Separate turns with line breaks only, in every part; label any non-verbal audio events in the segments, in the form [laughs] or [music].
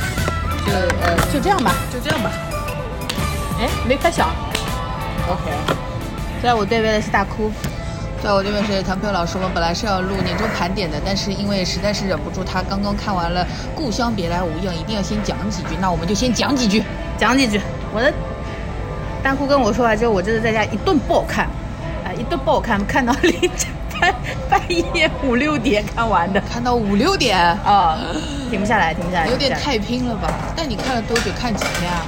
就呃就这样吧，就这样吧。哎，没开响。OK。在我对面的是大哭。
在我这边是唐飘老师，我们本来是要录年终盘点的，但是因为实在是忍不住，他刚刚看完了《故乡别来无恙》，一定要先讲几句，那我们就先讲几句。
讲几句。我的大哭跟我说完之后，我真的在家一顿爆看，啊，一顿爆看，看到凌晨半半夜五六点看完的，
看到五六点，
啊、停不下来，停不下来，
有点
停不下来
太拼了吧？但你看了多久？看几天啊？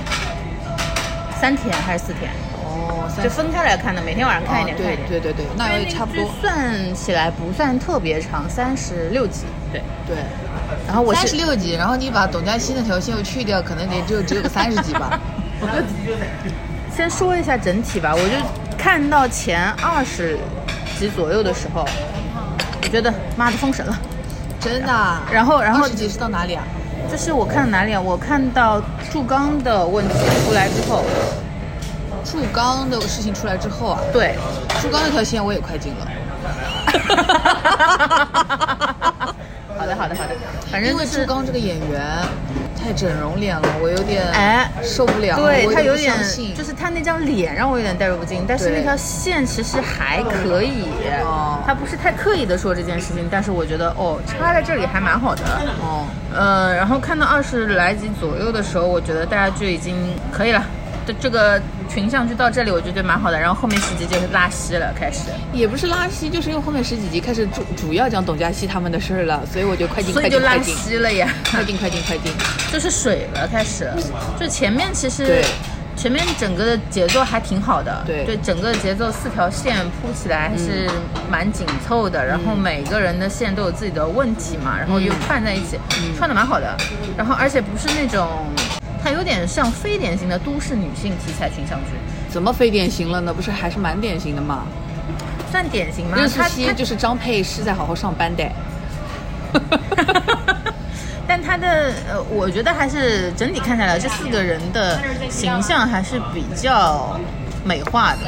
三天还是四天，
哦，
就分开来看的，每天晚上看一点，
哦
看一点。
对对对对，
因
那
为
也差不
个
多
剧。算起来不算特别长，三十六集。对，
对，
然后我
三
是
十六集，然后你把董佳欣那条线又去掉，可能也只有只有个三十集 [laughs] 吧。
先说一下整体吧，我就看到前二十集左右的时候，我觉得妈的封神了。
真的啊？
然后然后
二十集是到哪里啊？
就是我看哪里啊？我看到祝刚的问题出来之后，
祝刚的事情出来之后啊，
对，
祝刚那条线我也快进了，
[laughs] 好的好的好的，反正
因
就
为
是
祝刚这个演员太整容脸了，我有点
哎
受不了，
对
我
他
有
有
不
点
相信
就是他那张脸让我有点代入不进，但是
对
那条线其实还可以
哦，
他不是太刻意的说这件事情，但是我觉得哦插在这里还蛮好的。
哦，
呃，然后看到二十来集左右的时候，我觉得大家就已经可以了。这这个群像就到这里，我就觉得蛮好的。然后后面十集就是拉稀了，开始，
也不是拉稀，就是因为后面十几集开始主主要讲董佳欣他们的事儿了，所以我就快进
所
快
以就
进
拉
快进
稀了呀，
快进快进快进，
就是水了，开始。就前面其实
对，
前面整个的节奏还挺好的，
对
整个节奏四条线铺起来还是
嗯
蛮紧凑的。然后每个人的线都有自己的问题嘛，然
嗯
后又串在一起，串的蛮好的。然后而且不是那种，它有点像非典型的都市女性题材群像剧。
怎么非典型了呢？不是还是蛮典型的嘛。
算典型吗？
任素
他
汐就是张佩是在好好上班的，
他但他的呃，我觉得还是整体看下来，这四个人的形象还是比较美化的，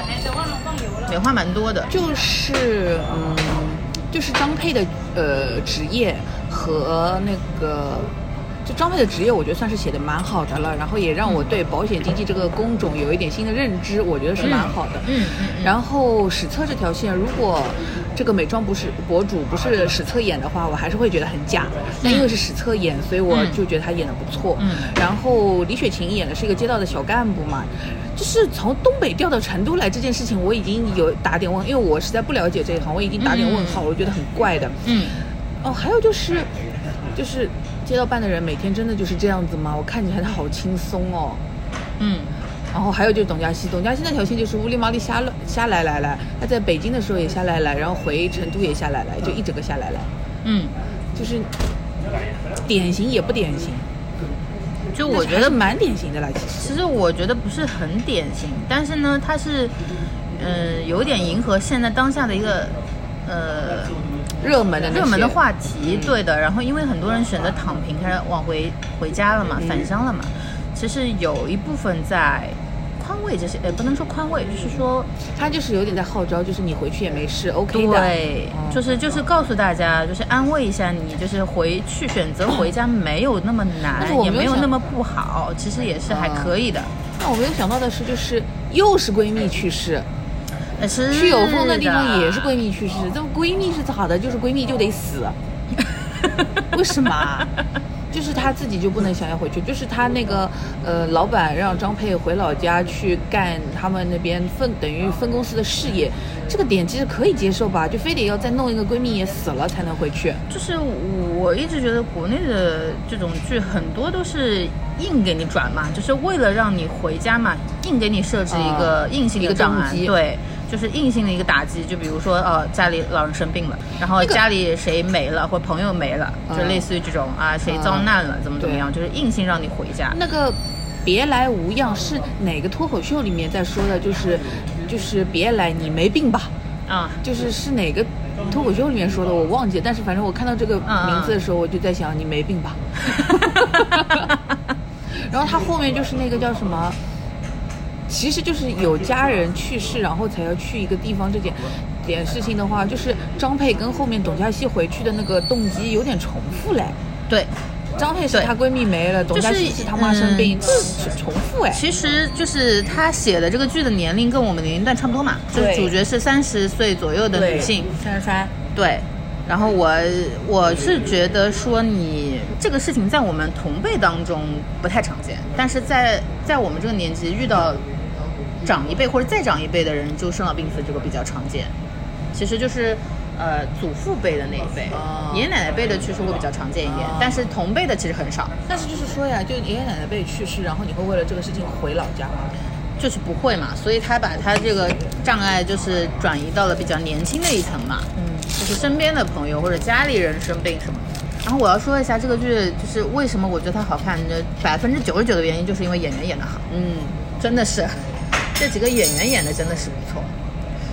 美化蛮多的。
就是嗯，就是张佩的呃职业和那个。就张佩的职业，我觉得算是写的蛮好的了，然后也让我对保险经纪这个工种有一点新的认知，我觉得是蛮好的。
嗯嗯嗯
然后史册这条线，如果这个美妆不是博主不是史册演的话，我还是会觉得很假。但因为是史册演，所以我
嗯
就觉得他演的不错。
嗯
然后李雪琴演的是一个街道的小干部嘛，就是从东北调到成都来这件事情，我已经有打点问，因为我实在不了解这一行，我已经打点问号，我觉得很怪的。
嗯，
哦，还有就是，就是街道办的人每天真的就是这样子吗？我看起来他好轻松哦。
嗯
然后还有就是董佳希，董佳希那条线就是乌里麻里瞎乱瞎来来来，她在北京的时候也瞎来来，然后回成都也瞎来来，就一整个瞎来来，
嗯，
就是典型也不典型，
就我觉
但是还是
得
蛮典型的啦，其实。
其实我觉得不是很典型，但是呢，它是，呃，有点迎合现在当下的一个，呃，
热门的那些
热门的话题，对的。然后因为很多人选择躺平，开始往回回家了嘛，返乡了嘛。其实有一部分在宽慰这些，呃，不能说宽慰，就是说
他就是有点在号召，就是你回去也没事，OK 的。嗯
对，就是就是告诉大家，就是安慰一下你，就是回去选择回家没有那么难
但是，我
也
没有
没有
想嗯
那么不好，其实也是还可以的。
那我没有想到的是，就是又是闺蜜去世，
呃是
去有风的地方也是闺
蜜。
蜜去世，这闺蜜是咋的？就是闺蜜就得死，为什么啊？就是她自己就不能想要回去，就是她那个呃，老板让张佩回老家去干他们那边分等于分公司的事业，这个点其实可以接受吧，就非得要再弄一个闺蜜也死了才能回去。
就是我一直觉得国内的这种剧很多都是硬给你转嘛，就是为了让你回家嘛，硬给你设置一个
啊
硬性
一
的
个
障
动
碍，
机
对，就是硬性的一个打击。就比如说，呃，家里老人生病了，然后
那个
家里谁没了，或朋友没了，就
啊
类似于这种啊，谁遭难了，怎么怎么样，就是硬性让你回家。
那个别来无恙是哪个脱口秀里面在说的？就是就是别来，你没病吧？
啊，
就是是哪个脱口秀里面说的，我忘记了。但是反正我看到这个
嗯
名字的时候，我就在想，你没病吧？ [laughs] 然后他后面就是那个叫什么，其实就是有家人去世，然后才要去一个地方这件。点事情的话，就是张佩跟后面董佳希回去的那个动机有点重复嘞，
对，
张佩是
对
她闺蜜没了，董
就
佳
是
琪是她妈生病，
嗯
这是重复哎。
其实就是他写的这个剧的年龄跟我们年龄段差不多嘛，就是
对
主角是三十岁左右的
对
女性，
三十三，
对。然后我我是觉得说你这个事情在我们同辈当中不太常见，但是在在我们这个年纪遇到长一辈或者再长一辈的人就生老病死这个比较常见，其实就是呃祖父辈的那一辈
哦，
爷爷奶奶辈的去世会比较常见一点
哦，
但是同辈的其实很少。
但是就是说呀，就爷爷奶奶被去世，然后你会为了这个事情回老家吗？
就是不会嘛，所以他把他这个障碍就是转移到了比较年轻的一层嘛，
嗯，
就是身边的朋友或者家里人生病什么的。然后我要说一下这个剧，就是为什么我觉得它好看，呃百分之九十九的原因就是因为演员演得好，
嗯，
真的是，这几个演员演的真的是不错。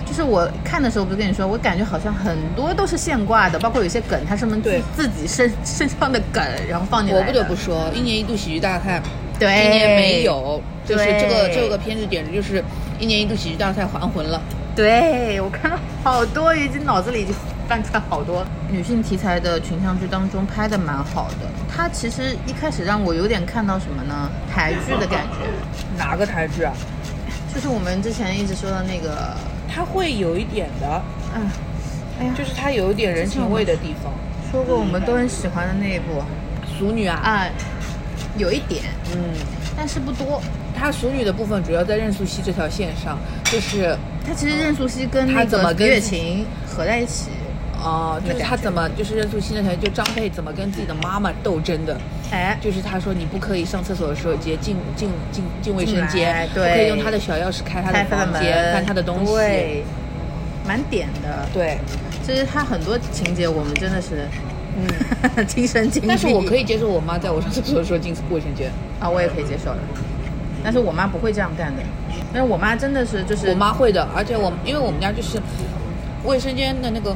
就是我看的时候，不是跟你说，我感觉好像很多都是现挂的，包括有些梗，它是他们自
对
自己身身上的梗，然后放进来
我
的。
不得不说，一年一度喜剧大赛，
对，
今年没有，就是这个
对
这个片子简直就是一年一度喜剧大赛还魂了。
对我看了好多，已经脑子里已经翻出来好多女性题材的群像剧当中拍的蛮好的。它其实一开始让我有点看到什么呢？台剧的感觉，
哪个台剧啊？
就是我们之前一直说的那个，
它会有一点的，
嗯，哎呀，
就是它有一点人情味的地方。
说过我们都很喜欢的那一部
俗女啊，
啊，有一点，
嗯，
但是不多。
它俗女的部分主要在任素汐这条线上，就是
它其实任素汐跟
她
那
怎么
个
跟
月琴合在一起，
哦，就是她怎么就是任素汐那条，就张佩怎么跟自己的妈妈斗争的。
哎，
就是她说你不可以上厕所的时候直接进进进进卫生
进
间
来，
不可以
对
用她的小钥匙开她
开
的
他的
房
门，
间，翻她的东西。
对，蛮点的。
对，
其实它很多情节我们真的是，
嗯。
嗯， [laughs] 亲身经
[laughs]
历。
但是我可
以
以接受我妈在我上厕所的时候进卫生
[laughs]
间，
啊，我也可以接受的。但是我妈不会这样干的，但是我妈真的是就是
我妈会的。而且我因为我们家就是卫生间的那个。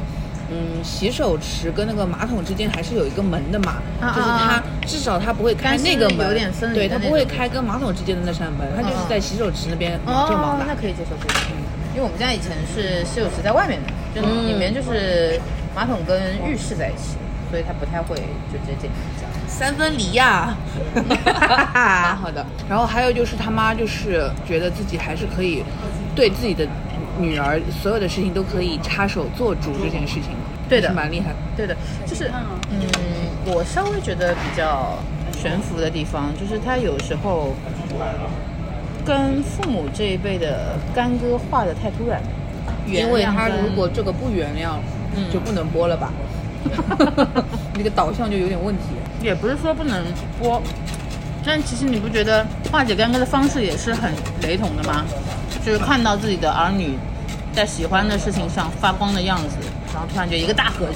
嗯，洗手池跟那个马桶之间还是有一个门的嘛，
啊
就是
啊
它
啊
至少它不会开
干湿
那个门，
有点分离
对，
的
它
那
不会
种
开跟马桶之间的那扇门，它就
嗯
是
嗯
在洗手池那边往正往
哦，
打
那。可以接受，可以接受。因为我们家以前是洗手池在外面的，就
嗯
里面就是马桶跟浴室在一起，所以她不太会就直接进这样。
三分离呀、 [laughs]
[laughs]
蛮好的。然后还有就是他妈就是觉得自己还是可以对自己的女儿所有的事情都可以插手做主这件事情，
对的
是蛮厉害的。
对的，就是
啊
嗯，我稍微觉得比较悬浮的地方，就是他有时候跟父母这一辈的干戈画的太突然了，
因为他
原谅跟
如果这个不原谅，
嗯
就不能播了 [laughs] 吧？那个导向就有点问题。
也不是说不能播，但其实你不觉得化解干戈的方式也是很雷同的吗？就是看到自己的儿女在喜欢的事情上发光的样子，然后突然就一个大和解。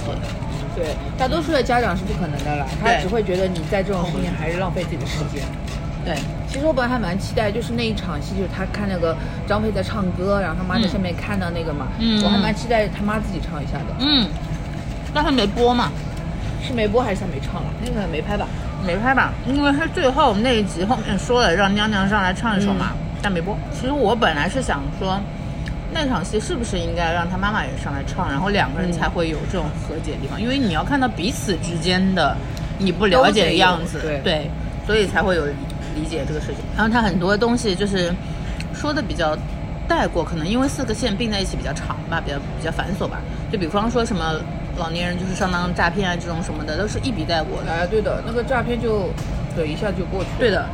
对，大多数的家长是不可能的啦，他
对
只会觉得你在这种事情还是浪费自己的时间。
对，
其实我本来还蛮期待，就是那一场戏，就是他看那个张佩在唱歌，然后他妈在下面看到那个嘛，
嗯
我还蛮期待他妈自己唱一下的，
嗯，但他没播嘛。
是没播还是他没唱了？嗯啊那个没拍吧？
没拍吧，因为他最后那一集后面说了让娘娘上来唱一首嘛，
嗯
但没播。其实我本来是想说，那场戏是不是应该让他妈妈也上来唱，然后两
嗯
个人才会有这种和解的地方？因为你要看到彼此之间的你不了解的样子，
都得有对
所以才会有理解这个事情。然后他很多东西就是说的比较带过，可能因为四个线并在一起比较长吧，比较比较繁琐吧。就比方说什么老年人就是上当诈骗啊这种什么的，都是一笔带过的。
哎，对的，那个诈骗就，对，一下就过去了。
对的，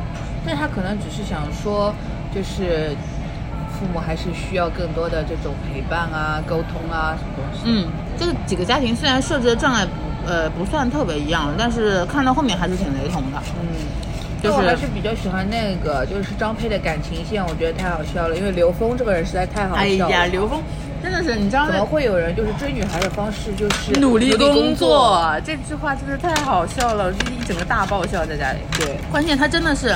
但他可能只是想说，就是父母还是需要更多的这种陪伴啊、沟通啊什么东西。
嗯，这个几个家庭虽然设置的障碍不呃不算特别一样，但是看到后面还是挺雷同的。
嗯，
就
但我
是
还是比较喜欢那个，就是张佩的感情线，我觉得太好笑了，因为刘峰这个人实在太好
哎
笑了。
呀，刘峰真的是，你知道
怎么
吗？
会有人就是追女孩的方式就是
努力工
工作？
作这句话真的太好笑了，就是一整个大爆笑在家里。
对
关键他真的是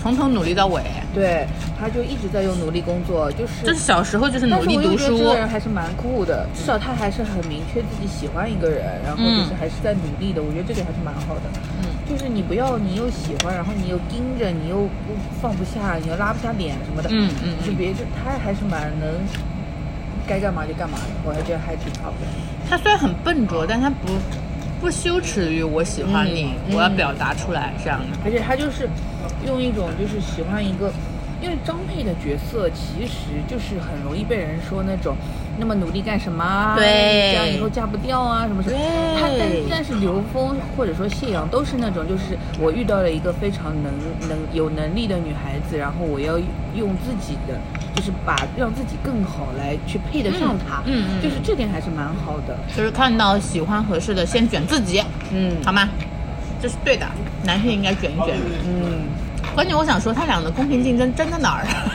从头努力到尾，
对，他就一直在用努力工作，就是。
就是小时候就是
但
努
是
力
我又
读
觉得这个
书，
人还是蛮酷的，至少他还是很明确自己喜欢一个人，然后
嗯
就是还是在努力的，我觉得这点还是蛮好的。
嗯，
就是你不要你又喜欢，然后你又盯着，你又不放不下，你又拉不下脸什么的。
嗯嗯嗯
就别就他还是蛮能该干嘛就干嘛的，我还觉得还挺好的。
他虽然很笨拙，但他不
不羞耻于我喜欢你，
嗯
我要
嗯
表达出来这样的。
而且他就是用一种就是喜欢一个，因为张佩的角色其实就是很容易被人说那种那么努力干什么啊？这
对
样以后嫁不掉啊什么什么。他但
对
但是刘峰或者说谢阳都是那种就是我遇到了一个非常能能有能力的女孩子，然后我要用自己的就是把让自己更好来去配得上她，
嗯嗯嗯
就是这点还是蛮好的，
就是看到喜欢合适的先卷自己，
嗯
好吗？这是对的，男生应该卷一卷。
嗯。
关键我想说，他俩的公平竞争真在哪儿？ [laughs]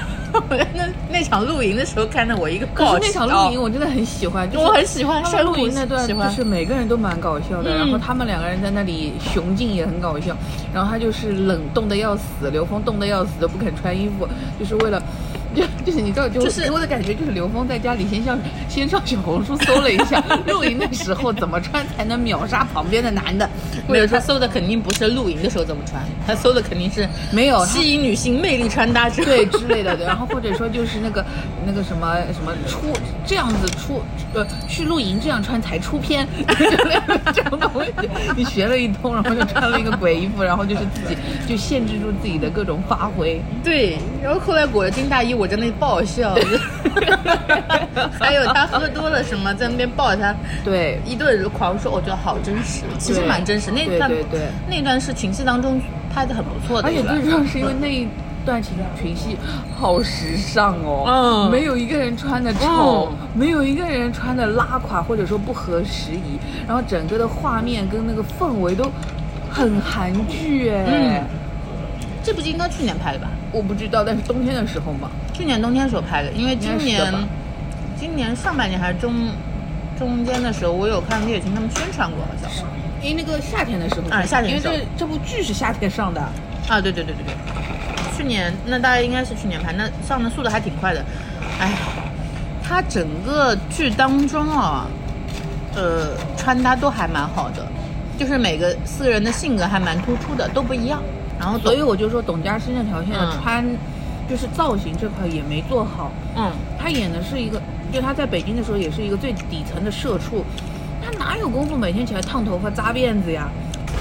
我在那那场露营的时候看到我一个
可
搞
是那场露营我真的很喜欢，就是
哦我很喜欢
他们露
山
营
谷
那段，
喜欢
就是每个人都蛮搞笑的。
嗯
然后他们两个人在那里雄竞也很搞笑，然后他就是冷冻的要死，刘峰冻的要死都不肯穿衣服，就是为了。 [laughs] 就就是你知道，就
就是是
给我的感觉就是刘峰在家里先上 [laughs] 先上小红书搜了一下露营的时候怎么穿才能秒杀旁边的男的，或
没
者
有，
说
他搜的肯定不是露营的时候怎么穿，他搜的肯定是
没有他
吸引女性魅力穿搭 [laughs] 之后。
对之类的，对然后或者说就是那个那个什么什么出这样子出呃去露营这样穿才出片， [laughs] 这种东西你学了一通，然后就穿了一个鬼衣服，然后就是自己就限制住自己的各种发挥。
对，然后后来裹了军大衣，我真的爆笑。
[laughs]
还有他喝多了什么，在那边抱他
对，
一顿狂说，我觉得好真实，其实
对
蛮真实。那
对
段
对对
那段是情戏当中拍的很不错的，
而且
对吧
最重要是因为那一段情群戏好时尚哦，
嗯
没有一个人穿的丑，
嗯
没有一个人穿的拉垮或者说不合时宜，然后整个的画面跟那个氛围都很韩剧哎。
嗯这不是应该去年拍的吧？
我不知道，但是冬天的时候嘛，
去年冬天时候拍的，因为今
应该是
年
的吧
今年上半年还是中中间的时候，我有看岳群他们宣传过，好像
因为哎那个夏天的时候
啊夏天的
因为
时候
这这部剧是夏天上的，
啊，对对对对对对，去年那大概应该是去年拍，那上的速度还挺快的。哎，他整个剧当中啊，呃，穿搭都还蛮好的，就是每个四个人的性格还蛮突出的，都不一样。然后
嗯所以我就说董佳芝那条线
嗯
穿、就是造型这块也没做好，
嗯，
她演的是一个，就她在北京的时候也是一个最底层的社畜，她哪有功夫每天起来烫头发、扎辫子呀？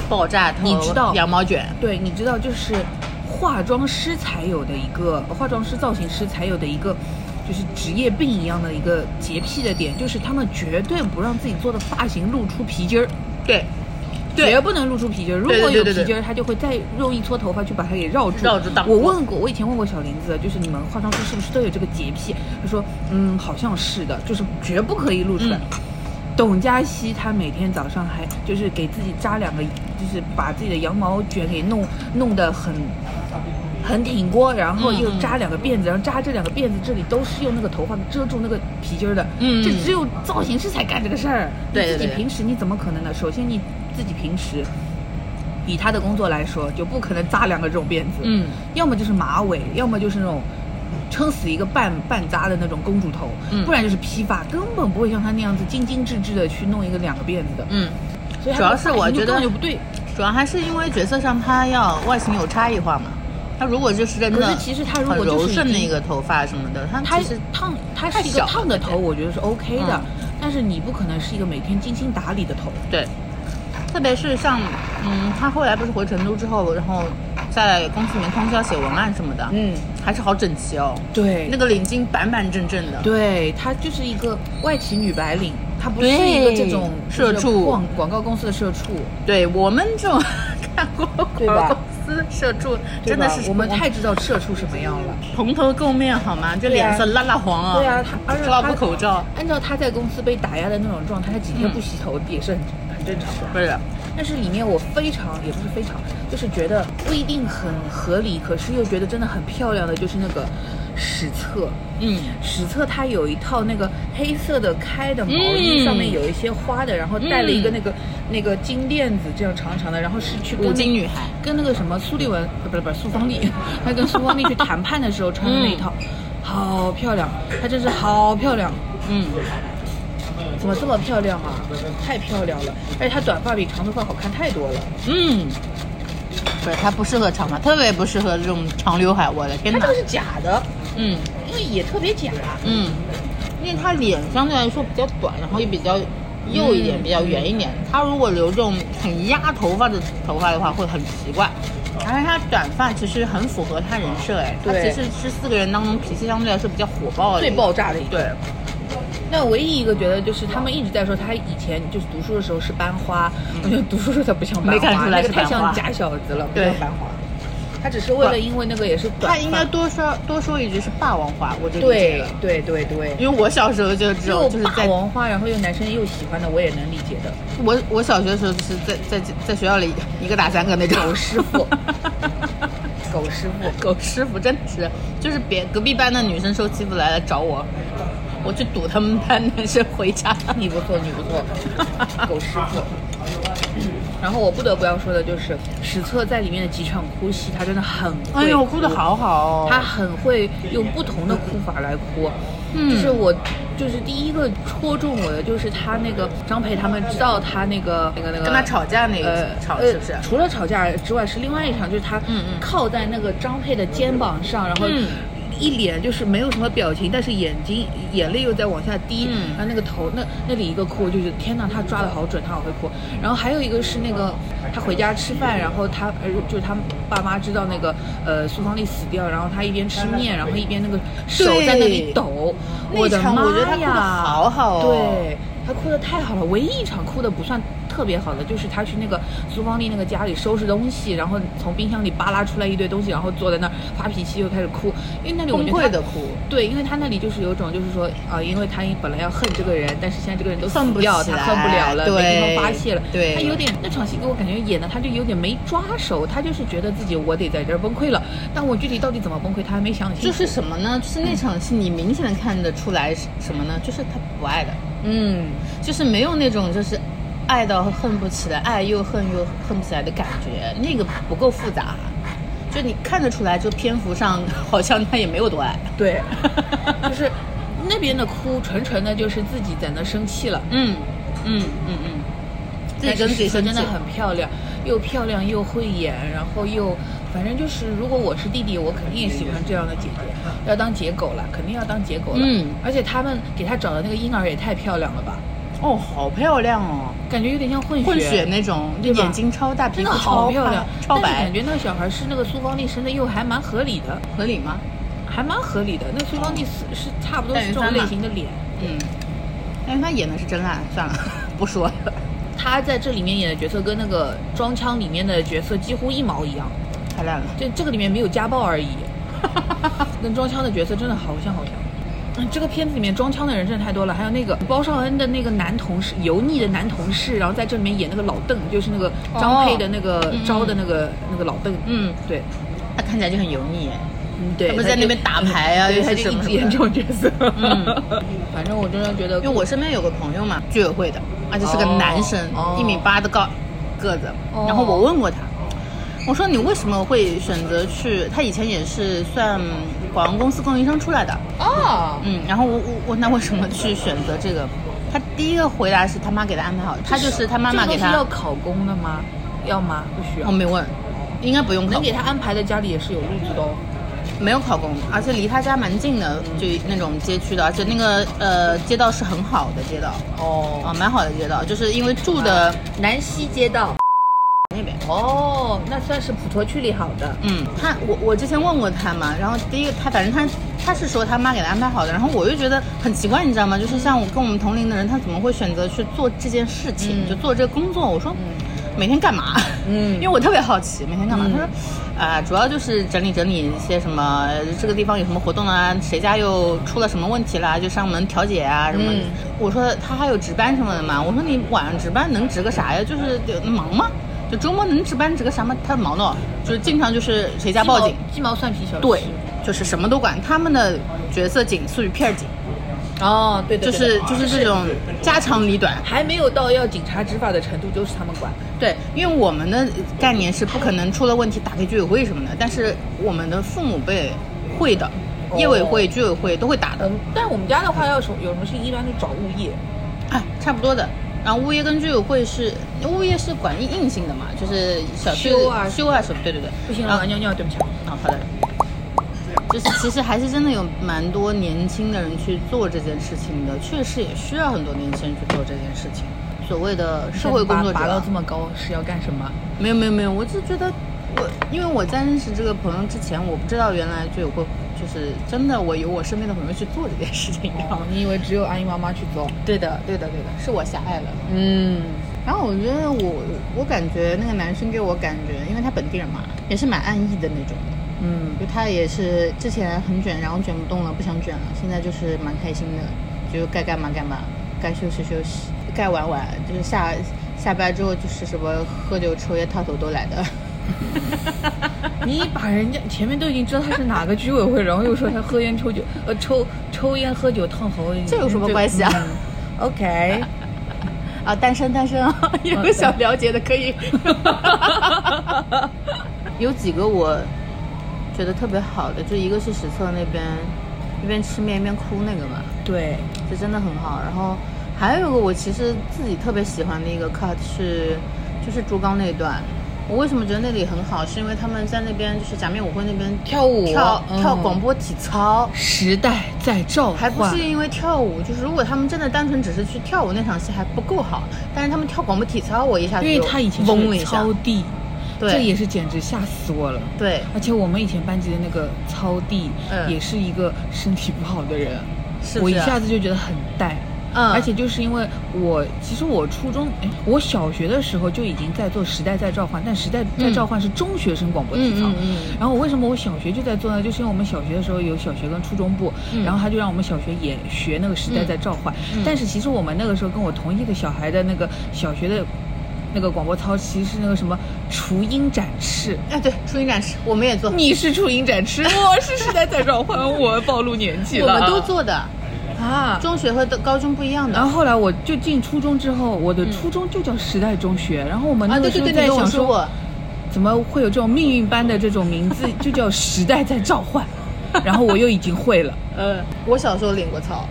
爆炸头，
你知道
羊毛卷，
对，你知道就是化妆师才有的一个化妆师、造型师才有的一个。就是职业病一样的一个洁癖的点，就是他们绝对不让自己做的发型露出皮筋儿。
对，
绝不能露出皮筋儿。如
对
果有
对对
皮
对
筋儿，他就会再用一撮头发去把它给绕住。
绕住挡
我
住
问过，我以前问过小林子，就是你们化妆师是不是都有这个洁癖？他说，嗯，好像是的，就是绝不可以露出来。
嗯
董佳希她每天早上还就是给自己扎两个，就是把自己的羊毛卷给弄弄得很。很挺过，然后又
嗯嗯
扎两个辫子，然后扎这两个辫子这里都是用那个头发遮住那个皮筋儿的，
嗯嗯
这只有造型师才干这个事儿。
对对
你自己
对
平时你怎么可能呢？首先你自己平时，以他的工作来说，就不可能扎两个这种辫子，
嗯，
要么就是马尾，要么就是那种撑死一个半半扎的那种公主头，
嗯
不然就是披发，根本不会像他那样子精精致致的去弄一个两个辫子的。
嗯。
所以他
主要
的
是
发
我
型就
觉得
根本就不对。
主要还是因为角色上他要外形有差异化嘛。他如果就是真的，
可是其实他如果
很
就是
柔
已
顺的
经
一个头发什么的，他
他
其实
烫，他
太
是一个
小
烫
了
的头，
对
我觉得是 OK 的，
嗯
但是你不可能是一个每天精心打理的头。
对，特别是像嗯，他后来不是回成都之后，然后在公司里面通宵写文案什么的，
嗯，
还是好整齐哦。
对
那个领巾板板正正的，
对，她就是一个外企女白领，她不是一个这种
社畜
就是广广告公司的社畜，
对我们这种 [laughs] 看过
对
广
吧
告公司社畜，
对
真
吧
的是
我们太知道社畜什么样了。
蓬头垢面好吗？这
对啊
脸色蜡蜡黄啊！
对啊，她而且
抓不
她
口罩，
按照她在公司被打压的那种状态，她几天
嗯
不洗头也是很很正常的。
不是。
但是里面我非常也不是非常，就是觉得不一定很合理，可是又觉得真的很漂亮的，就是那个史册。
嗯，
史册它有一套那个黑色的开的毛衣，
嗯
上面有一些花的，然后带了一个那个、那个金链子，这样长长的，然后是去跟
五金女孩
跟那个什么苏丽文，呃不是不是苏芳丽，她跟苏芳丽去谈判的时候穿的
嗯
那一套，好漂亮，她真是好漂亮。
嗯，
怎么这么漂亮啊？太漂亮了！而且她短发比长头发好看太多了。
嗯，不是，它不适合长发，特别不适合这种长刘海。我的天
她
哪
这个！是假的，
嗯
因为也特别假。
嗯，因为它脸相对来说比较短，然后也比较右一点，比较圆一点。她如果留这种很压头发的头发的话，会很奇怪。而且她短发其实很符合她人设，哎，她
哦对
其实是四个人当中脾气相对来说比较火爆的，
最爆。炸的一个。
对，
那唯一一个觉得就是他们一直在说他以前就是读书的时候是班花，我觉得读书的时候他不像班花，
嗯没看出来
那
是
个太
班花
像假小子了，不像
对
班花。他只是为了因为那个也是短
她应该多说多说一句是霸王花，我就理解
对
了。
对对对，
因为我小时候就这
又
种，就是
霸
在
王花，然后又男生又喜欢的，我也能理解的。
[laughs] 我我小学的时候就是在在在学校里一个打三个那种。
狗师
[laughs]
傅，狗师傅，
狗师傅真的是，就是别隔壁班的女生受欺负来了找我，我去堵他们班 [laughs] 男生回家。
你不错，你不错，狗师傅。然后我不得不要说的就是史册在里面的几场哭戏，他真的很会
哎呦，哭的好好哦。
他很会用不同的哭法来哭，
嗯
就是我，就是第一个戳中我的就是他那个张培他们知道他那个那个那个
跟他吵架那一
呃
场
呃
是不是
除了吵架之外是另外一场，就是他
嗯嗯
靠在那个张佩的肩膀上，然后
嗯
一脸就是没有什么表情，但是眼睛眼泪又在往下滴，
嗯
然后那个头那那里一个哭，我就觉得天呐，他抓的好准，他好会哭。然后还有一个是那个他回家吃饭，然后他呃就是他爸妈知道那个呃苏芳丽死掉，然后他一边吃面，然后一边那个手在那里
对
抖，
那
我的
场
妈呀！
我觉得他哭得好好哦
对。他哭的太好了，唯一一场哭的不算特别好的，就是他去那个苏芳丽那个家里收拾东西，然后从冰箱里扒拉出来一堆东西，然后坐在那儿发脾气，又开始哭，因为那里我
崩
觉得他
溃的哭，
对，因为他那里就是有种，就是说，啊，因为他本来要恨这个人，但是现在这个人都死
恨不
掉，
起
他
来
恨不了了，没地
对
方发泄了。
对
他有点那场戏给我感觉演的，他就有点没抓手，他就是觉得自己我得在这儿崩溃了，但我具体到底怎么崩溃，他还没想清楚。
就是什么呢？就是那场戏你明显的看得出来是什么呢？就是他不爱的，
嗯，
就是没有那种就是爱到恨不起来，爱又恨又恨不起来的感觉，那个不够复杂。就你看得出来，就篇幅上好像他也没有多爱。 [laughs]
对，就是那边的哭，纯纯的就是自己在那生气了。
嗯嗯嗯嗯，自己
但是
跟自己
史册
生气
真的很漂亮，又漂亮又会演，然后又反正就是，如果我是弟弟，我肯定也喜欢这样的姐姐，要当姐狗了，肯定要当姐狗了。
嗯
而且他们给他找的那个婴儿也太漂亮了吧，
哦，好漂亮哦，
感觉有点像混血，
混血那种，
对吧
眼睛超大，
真
皮
的
肤
好
超
漂亮
白，
但
超
是
白
感，觉那个小孩是那个苏芳丽生的，又还蛮合理的，
合理吗？
还蛮合理的。那苏芳丽是是差不多是这种
戴云
类
帆嘛
型的脸。
嗯，但是他演的是真爱，算了， [laughs] 不说了，
她在这里面演的角色跟那个《装腔》里面的角色几乎一毛一样，
太烂了。
这这个里面没有家暴
[laughs]
而已。那装腔的角色真的好像好像。嗯，这个片子里面装腔的人真的太多了，还有那个包少恩的那个男同事，油腻的男同事，然后在这里面演那个老邓，就是那个张佩的那个、招的那个那个老邓。
嗯，
对，
他看起来就很油腻，
嗯对，
他不是在那边打牌啊，
对，
又
他
是
就
什
一
么
直
什么
演这
的。
种角色。
嗯
[laughs] 反正我真的觉得，
因为我身边有个朋友嘛，居委会的，而且是个
哦
男生
哦，
一米八的高个子。
哦
然后我问过他，我说你为什么会选择去？他以前也是算广告公司供应商出来的，
哦，
嗯，然后我我我问他为什么去选择这个，他第一个回答是他妈给他安排好的，他就是他妈妈给
这个东西要
他，
考公的吗？要吗？不需要。
我没问，应该不用考
能，给他安排的家里也是有入职的哦。
没有考公，而且离他家蛮近的，就那种街区的，而且那个呃街道是很好的街道，啊
哦，
蛮好的街道，就是因为住的
南溪街道。
那边。
哦，那算是普陀区里好的。
嗯，他我我之前问过他嘛，然后第一个他反正他他是说他妈给他安排好的，然后我就觉得很奇怪，你知道吗？就是像我跟我们同龄的人，他怎么会选择去做这件事情，
嗯
就做这个工作？我说、 [laughs] 每天干嘛？
嗯
因为我特别好奇每天干嘛。
嗯
他说啊、主要就是整理整理一些什么这个地方有什么活动啊，谁家又出了什么问题啦，就上门调解啊什么的。
嗯
我说他还有值班什么的嘛，我说你晚上值班能值个啥呀？就是得忙吗？就周末能值班值个啥吗？他说忙呢，就是经常就是谁家报警，
鸡毛蒜皮小事。
对，就是什么都管。他们的角色仅次于片儿警，
哦，对对
就
对
是
对
就是这种家长里短。
还没有到要警察执法的程度，就是他们管。
对，因为我们的概念是不可能出了问题打给居委会什么的，但是我们的父母辈会的，
哦
业委会、居委会都会打的，
嗯，但我们家的话，要是有什么事情，一般就找物业。
哎，差不多的。然后物业跟居委会是，物业是管硬性的嘛，就是小区
修啊
修啊什么，对对对。
不行啊了，
然后
我要尿尿，对不起。
啊，好的。就是其实还是真的有蛮多年轻的人去做这件事情的，确实也需要很多年轻人去做这件事情。所谓的社会工作者，
拔
啊
拔到这么高是要干什么？
没有没有没有，我就觉得我因为我在认识这个朋友之前，我不知道原来就有过，就是真的我有我身边的朋友去做这件事情，你知道吗？
哦你以为只有阿姨妈妈去做？
[laughs] 对的对的对的，是我狭隘了。
嗯，
然后我觉得我我感觉那个男生给我感觉，因为他本地人嘛，也是蛮安逸的那种。
嗯，
就他也是之前很卷，然后卷不动了，不想卷了，现在就是蛮开心的，就该干嘛干嘛，该休息休息，该玩玩，就是下下班之后就是什么喝酒抽烟烫头都来的。
你把人家前面都已经知道他是哪个居委会，然后又说他喝烟抽酒，呃，抽抽烟喝酒烫头，
这有什么关系啊
嗯？OK，
啊，单身单身啊， [laughs] 有想了解的可以。 [laughs] 有几个我觉得特别好的，就一个是实测那边一边吃面一边哭那个嘛，
对，
这真的很好。然后还有一个我其实自己特别喜欢的一个 cut 是，就是竹冈那一段。我为什么觉得那里很好？是因为他们在那边就是假面舞会那边
跳舞
跳
嗯
跳广播体操，
时代在召
还不
唤
是，因为跳舞，就是如果他们真的单纯只是去跳舞，那场戏还不够好。但是他们跳广播体操，我一下子
因为
就
他以前
嗡了一
是
下
超，弟，
对
这也是简直吓死我了。
对，
而且我们以前班级的那个操弟，
嗯
也是一个身体不好的人，
是不
我一
是啊
下子就觉得很带。
嗯
而且就是因为我，其实我初中，哎，我小学的时候就已经在做《时代在召唤》，但《时代在召唤》是中学生广播体操。
嗯嗯嗯嗯
然后我为什么我小学就在做呢？就是因为我们小学的时候有小学跟初中部，然后他就让我们小学也学那个《时代在召唤》但是其实我们那个时候跟我同一个小孩的那个小学的。那个广播操其实是那个什么雏鹰展翅，
哎对，初音展示我们也做，
[laughs] 你是初音展翅，我是时代在召唤， [laughs] 我暴露年纪
我
了。
们都做的，
啊。
中学和高中不一样的。
然后后来我就进初中之后，我的初中就叫时代中学。然后我们
啊，
那个
对
时候
对对对，
在
跟我
想
说
说
过，，
怎么会有这种命运般的这种名字，就叫时代在召唤。然后我又已经会了，
呃，我小时候领过操，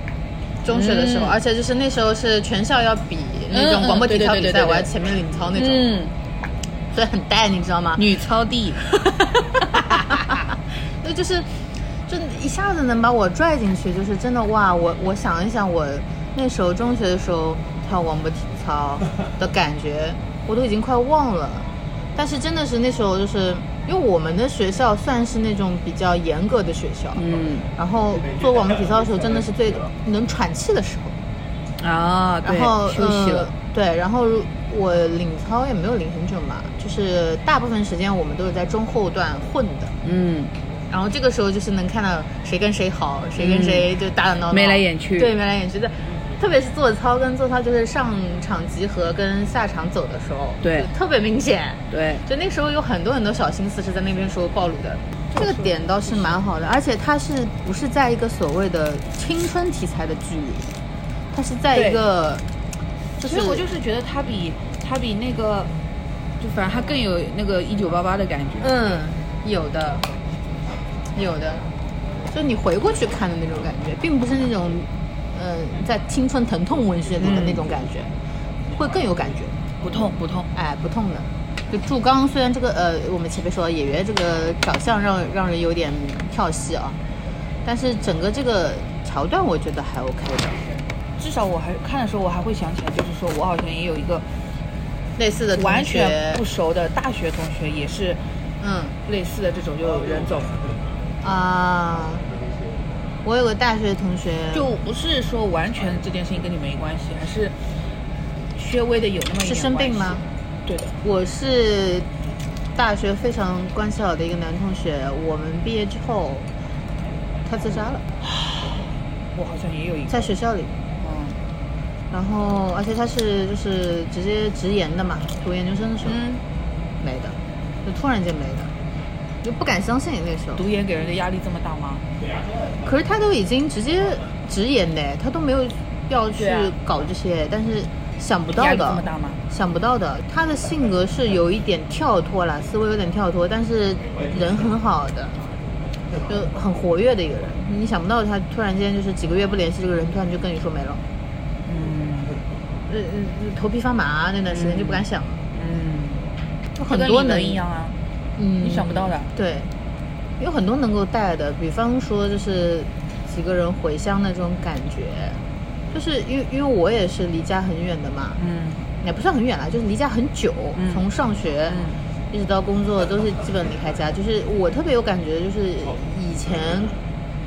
中学的时候，
嗯
而且就是那时候是全校要比那种
嗯嗯
广播体操比
对对对
赛，
对对
我还前面领操那种，，所以很带，你知道吗？
嗯女操 [laughs] 弟，
那就是，就一下子能把我拽进去，就是真的哇！我我想一想，我那时候中学的时候跳广播体操的感觉，我都已经快忘了。但是真的是那时候，就是因为我们的学校算是那种比较严格的学校，
嗯
然后做广播体操的时候，真的是最能喘气的时候。
啊，对
然后
休息了
呃，对，然后我领操也没有领很久嘛，就是大部分时间我们都是在中后段混的。
嗯，
然后这个时候就是能看到谁跟谁好，谁跟谁就打打闹
嗯
闹，
眉来眼去
对，眉来眼去的。特别是做操跟做操，就是上场集合跟下场走的时候，
对
就特别明显。
对，
就那时候有很多很多小心思是在那边时候暴露的，这个点倒是蛮好的。而且它是不是在一个所谓的青春题材的剧里？它是在一个，就
所
是
以我就是觉得他比他比那个，就反正他更有那个一九八八的感觉。
嗯，有的，有的，就你回过去看的那种感觉，并不是那种，呃，在青春疼痛文学里的
嗯
那种感觉，会更有感觉，
不痛不痛，
哎，不痛的。就祝刚虽然这个呃，我们前面说演员这个长相让让人有点跳戏啊，但是整个这个桥段我觉得还 OK 的，
至少我还看的时候，我还会想起来，就是说我好像也有一个
类似的同
完
学
全不熟的大学同学，也是
嗯
类似的这种，就有人走，
啊、我有个大学同学
就不是说完全这件事情跟你没关系，还是略微的有那么一点
是生病吗
关系？对的，
我是大学非常关系好的一个男同学，我们毕业之后，他自杀了，
我好像也有一个，
在学校里。
嗯
然后，而且他是就是直接直言的嘛，读研究生的时候、
嗯，
没的，就突然间没的，就不敢相信那时候。
读研给人的压力这么大吗？
可是他都已经直接直言的，他都没有要去
对啊
搞这些，但是想不到
压力这么
的，
大吗？
想不到的。他的性格是有一点跳脱啦，思维有点跳脱，但是人很好的，就很活跃的一个人。你想不到他突然间就是几个月不联系这个人，突然就跟你说没了，
嗯
呃呃，头皮发麻那段时间就不敢想了，
嗯，
就
就
很
跟
多
你的
能
一样，啊，
嗯，
你想不到的。
对，有很多能够带的，比方说就是几个人回乡那种感觉，就是因为因为我也是离家很远的嘛，
嗯
也不算很远啦，就是离家很久，
嗯
从上学。
嗯
一直到工作都是基本离开家，就是我特别有感觉，就是以前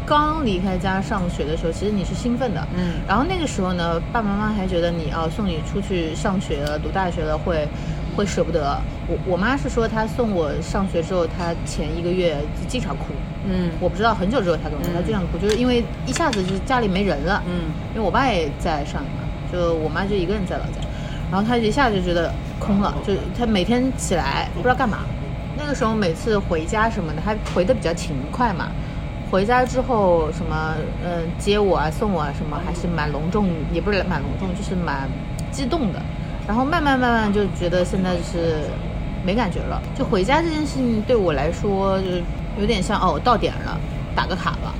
刚离开家上学的时候，其实你是兴奋的，
嗯
然后那个时候呢，爸爸妈妈还觉得你啊送你出去上学了，读大学了会会舍不得。我我妈是说她送我上学之后，她前一个月就经常哭，
嗯
我不知道很久之后她跟我说
嗯
她经常哭，就是因为一下子就是家里没人了，
嗯
因为我爸也在上海嘛，就我妈就一个人在老家，然后她一下就觉得空了，就她每天起来不知道干嘛。那个时候每次回家什么的，她回的比较勤快嘛。回家之后什么，嗯、接我啊、送我啊什么，还是蛮隆重，也不是蛮隆重，就是蛮激动的。然后慢慢慢慢就觉得现在就是没感觉了，就回家这件事情对我来说就是有点像哦，到点了，打个卡吧，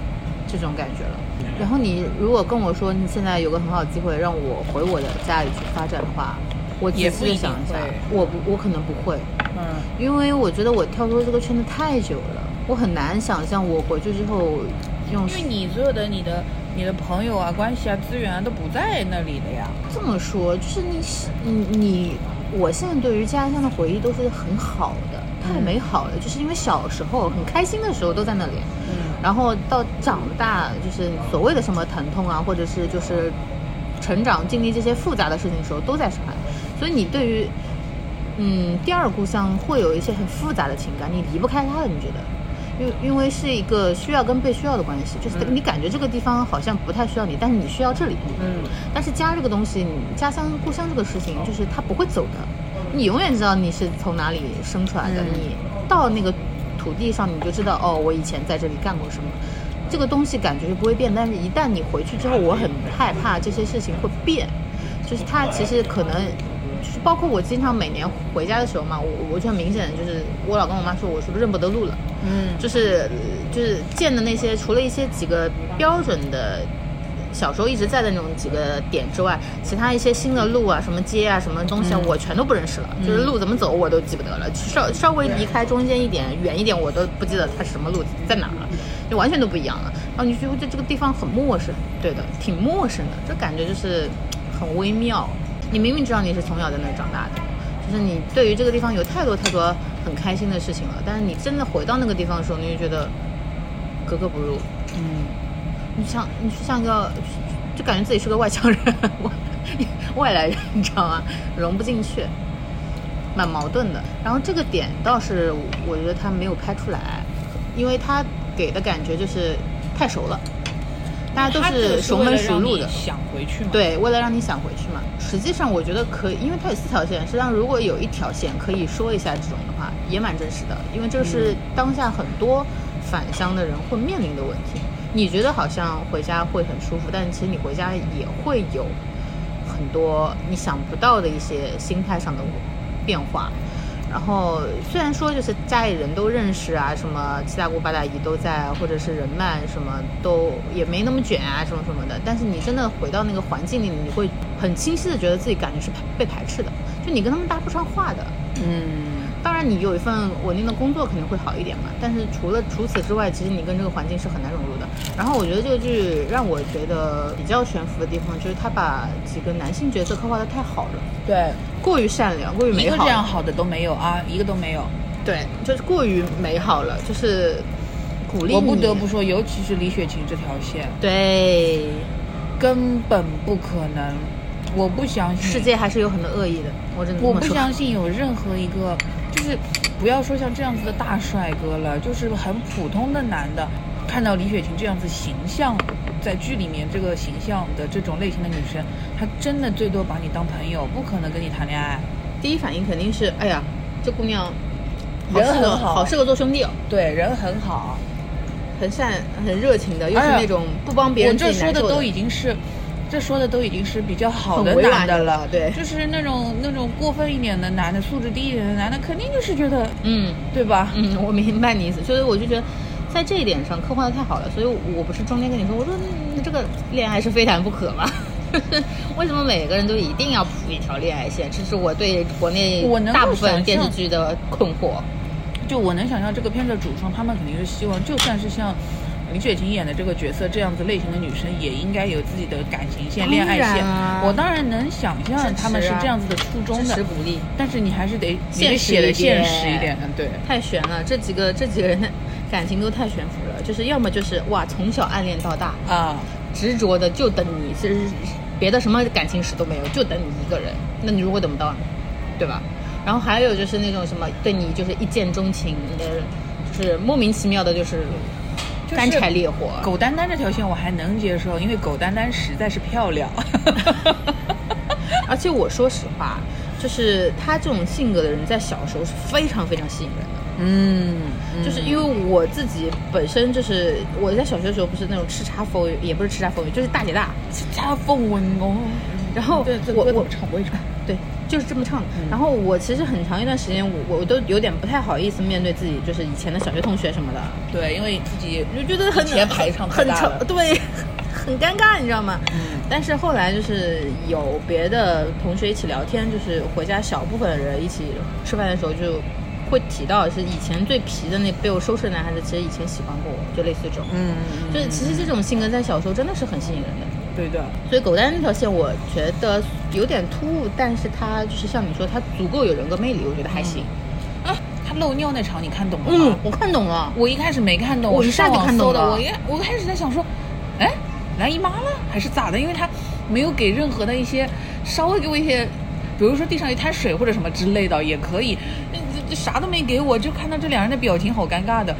这种感觉了。然后你如果跟我说你现在有个很好的机会让我回我的家里去发展的话，我仔
也不
细
一
地
定
想一下
会，
我不我可能不会，
嗯
因为我觉得我跳脱这个圈子太久了，我很难想象我回去之后用
因为你所有的你的你的朋友啊、关系啊、资源啊都不在那里的呀。
这么说，就是你是你你，我现在对于家乡的回忆都是很好的，太美好了，就是因为小时候很开心的时候都在那里，
嗯
然后到长大就是所谓的什么疼痛啊，或者是就是成长经历这些复杂的事情的时候都在上海，所以你对于嗯第二故乡会有一些很复杂的情感，你离不开它的，你觉得？因为因为是一个需要跟被需要的关系，就是
嗯
你感觉这个地方好像不太需要你，但是你需要这里。
嗯
但是家这个东西，你家乡故乡这个事情，就是它不会走的，你永远知道你是从哪里生出来的，
嗯
你到那个土地上，你就知道哦，我以前在这里干过什么。这个东西感觉是不会变，但是一旦你回去之后，我很害怕这些事情会变，就是它其实可能，就是包括我经常每年回家的时候嘛，我我就很明显就是我老跟我妈说，我是不是认不得路了？
嗯
就是就是见的那些，除了一些几个标准的小时候一直在的那种几个点之外，其他一些新的路啊、什么街啊、什么东西啊，我全都不认识了。就是路怎么走我都记不得了，稍稍微离开中间一点、远一点，我都不记得它是什么路在哪儿了，就完全都不一样了。然后你就觉得这个地方很陌生，对的，挺陌生的，这感觉就是很微妙。你明明知道你是从小在那儿长大的，就是你对于这个地方有太多太多很开心的事情了，但是你真的回到那个地方的时候，你就觉得格格不入。
嗯，
你像你就像个，就感觉自己是个外乡人，外外来人，你知道吗？融不进去，蛮矛盾的。然后这个点倒是我觉得他没有拍出来，因为他给的感觉就是太熟了，大家都
他这个
是熟门熟路
为了
的
让你。想回去嘛。，
对，为了让你想回去嘛。实际上，我觉得可以，因为它有四条线。实际上，如果有一条线可以说一下这种的话，也蛮真实的，因为这是当下很多返乡的人会面临的问题。你觉得好像回家会很舒服，但其实你回家也会有很多你想不到的一些心态上的变化。然后虽然说就是家里人都认识啊，什么七大姑八大姨都在啊，或者是人脉什么都也没那么卷啊，什么什么的。但是你真的回到那个环境里，你会很清晰的觉得自己感觉是排被排斥的，就你跟他们搭不上话的。
嗯
当然，你有一份稳定的工作肯定会好一点嘛。但是除了除此之外，其实你跟这个环境是很难融入的。然后我觉得这个剧让我觉得比较悬浮的地方，就是他把几个男性角色刻画的太好了，
对，
过于善良，过于
一
美
个
好
这
了。
样好的都没有啊，一个都没有。
对，就是过于美好了，就是鼓励你。
我不得不说，尤其是李雪琴这条线，
对，
根本不可能，我不相信
世界还是有很多恶意的，我真的这
我
么
不
说。
相信有任何一个，就是不要说像这样子的大帅哥了，就是很普通的男的，看到李雪琴这样子形象，在剧里面这个形象的这种类型的女生，她真的最多把你当朋友，不可能跟你谈恋爱。
第一反应肯定是，哎呀，这姑娘好
人
适合
很好
好适合做兄弟哦，
对，人很好，
很善很热情的，又是
哎呀
那种不帮别
我
人自
这
己
说
难
的
受
都
的
已。经是，这说的都已经是比较好的
很委
男
婉
的
的
了
了，对
就是那种那种过分一点的男的，素质低一点的男的，肯定就是觉得，
嗯
对吧？
嗯，我明白你意思，所以我就觉得。在这一点上刻画的太好了，所以我不是中间跟你说，我说、嗯、这个恋爱是非谈不可嘛？ [laughs] 为什么每个人都一定要铺一条恋爱线？这是我对国内
我能够
大部分
想
电视
象
剧的困惑。
就我能想象这个片子的主创，他们肯定是希望，就算是像林雪琴演的这个角色这样子类型的女生，也应该有自己的感情线、恋爱
当
线
然啊。
我当然能想
支持
象
啊
他们是这样子的初衷
支
的
持，鼓励，
但是你还是得你得
现实
写的
一点
现实一点，嗯对。
太悬了，这几个这几个人的感情都太悬浮了，就是要么就是哇，从小暗恋到大，
啊，
执着的就等你，其实别的什么感情史都没有，就等你一个人，那你如果等不到呢，对吧？然后还有就是那种什么对你就是一见钟情，你的就是莫名其妙的就是
就是
干柴烈火，
狗丹丹这条线我还能接受，因为狗丹丹实在是
[laughs]
漂亮。
而且我说实话，就是他这种性格的人在小时候是非常非常吸引人的，
[laughs] 嗯，嗯
就是因为我自己本身就是我在小学的时候不是那种叱咤风云，也不是叱咤风云，就是大姐大。
家风文工。
然
嗯
后
对，这
我
歌怎
我
么唱我也唱。
对，就是这么唱的。
嗯
然后我其实很长一段时间，我我都有点不太好意思面对自己，就是以前的小学同学什么的，
对，因为自己
就觉得很
以前排场太
很
大嗯
丑
了，
对，很尴尬，你知道吗？但是后来就是有别的同学一起聊天，就是回家小部分的人一起吃饭的时候就会提到，是以前最皮的那被我收拾的男孩子，其实以前喜欢过我，就类似这种。
嗯，
就是其实这种性格在小时候真的是很吸引人的。
对的，
所以狗蛋那条线我觉得有点突兀，但是它就是像你说，它足够有人格魅力，我觉得还行。
啊，他漏尿那场你看懂了
嗯
吗？，
我看懂了。
我一开始没看懂，
我
是
一下
上
就
网
看
搜
懂
的，
了
我一我开始在想说，哎，来姨妈了还是咋的？因为他没有给任何的一些稍微给我一些，比如说地上一滩水或者什么之类的也可以，嗯这这啥都没给我，就看到这两人的表情好尴尬的，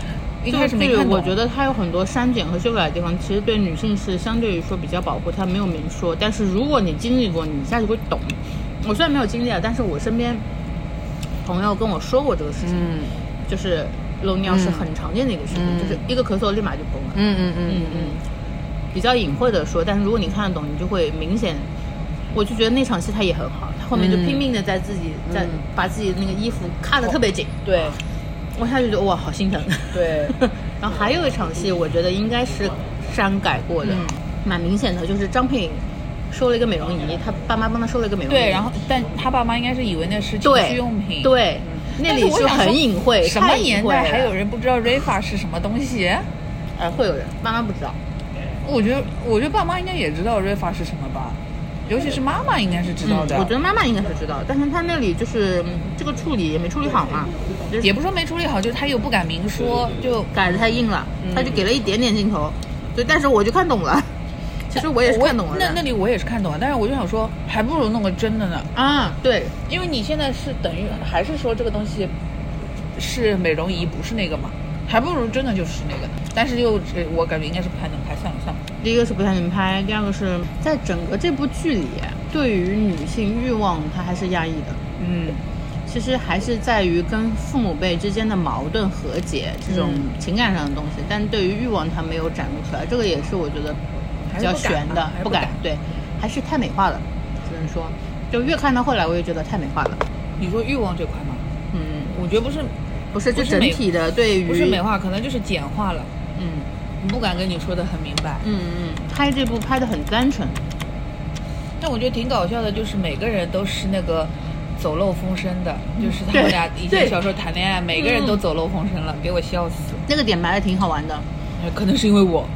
一开始没看
嗯对，
懂。
我觉得它有很多删减和修改的地方，其实对女性是相对于说比较保护，它没有明说。但是如果你经历过，你一下就会懂。我虽然没有经历啊，但是我身边朋友跟我说过这个事情，
嗯
就是漏尿是很常见的一个事情，
嗯
就是一个咳嗽立马就崩了。
嗯嗯嗯
嗯嗯，比较隐晦的说，但是如果你看得懂，你就会明显。我就觉得那场戏他也很好，他后面就拼命的在自己、
嗯
在把自己那个衣服卡的特别紧，
对
我一下就觉得哇，好心疼。
嗯对，
[laughs] 然后还有一场戏，我觉得应该是删改过的，
嗯
蛮明显的，就是张佩收了一个美容仪，他爸妈帮他收了一个美容仪，
对，然后但他爸妈应该是以为那是情趣
嗯对
用品，嗯
对，那
但是
里
我
就
想说
很隐晦，
什么
太隐
年
晦啊
代
了
还有人不知道 Rifa 是什么东西？
呃会有人妈妈不知道，
我觉得，我觉得爸妈应该也知道 Rifa 是什么吧，尤其是妈妈应该是知道的。
嗯我觉得妈妈应该是知道，但是他那里就是嗯这个处理也没处理好嘛，就是
也不是说没处理好，就是他又不敢明说，
嗯
就
改的太硬了，
嗯
他就给了一点点镜头，对，但是我就看懂
[laughs]
了，其实我也是看懂了
那那
的，
里我也是看懂了，但是我就想说，还不如弄个真的呢，
啊，
嗯
对，
因为你现在是等于还是说这个东西是美容仪，不是那个嘛，还不如真的就是那个呢。但是又呃我感觉应该是不太能拍，算了算了。
第一个是不太能拍，第二个是在整个这部剧里，对于女性欲望她还是压抑的。
嗯，
其实还是在于跟父母辈之间的矛盾和解这种
嗯
情感上的东西，但对于欲望她没有展露出来，这个也是我觉得比较悬的，
还是不敢吧还是不
不
敢
敢对，还是太美化了，只能说，就越看到后来我也觉得太美化了，
你说欲望这块嘛，
嗯，
我觉得不是
不是，
不
就是整
美
体的对于
不是美化，可能就是简化了，
嗯
不敢跟你说的很明白。
嗯嗯，拍这部拍的很单纯，
但我觉得挺搞笑的，就是每个人都是那个走漏风声的，就是他们俩以前
对
小时候谈恋爱，每个人都走漏风声了，给我笑死。
那个点埋的挺好玩的，
可能是因为我，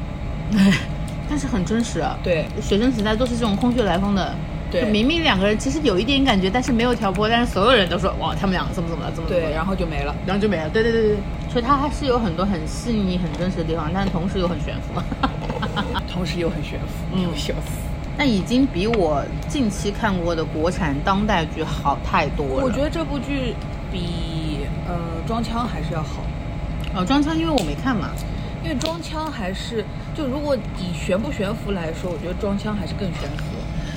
但是很真实啊。
对
学生时代都是这种空穴来风的，
对
就明明两个人其实有一点感觉，但是没有调拨，但是所有人都说哇，他们两个怎么怎么了，怎么怎么
对，
了，
然后就没了。
然后就没了，对对对对，所以它还是有很多很细腻、很真实的地方，但是同时又很悬浮。 [laughs]
同时又很悬浮，
嗯
给我笑死。
那已经比我近期看过的国产当代剧好太多了。
我觉得这部剧比呃装腔还是要好，
哦，装腔因为我没看嘛，
因为装腔还是就如果以悬不悬浮来说，我觉得装腔还是更悬浮。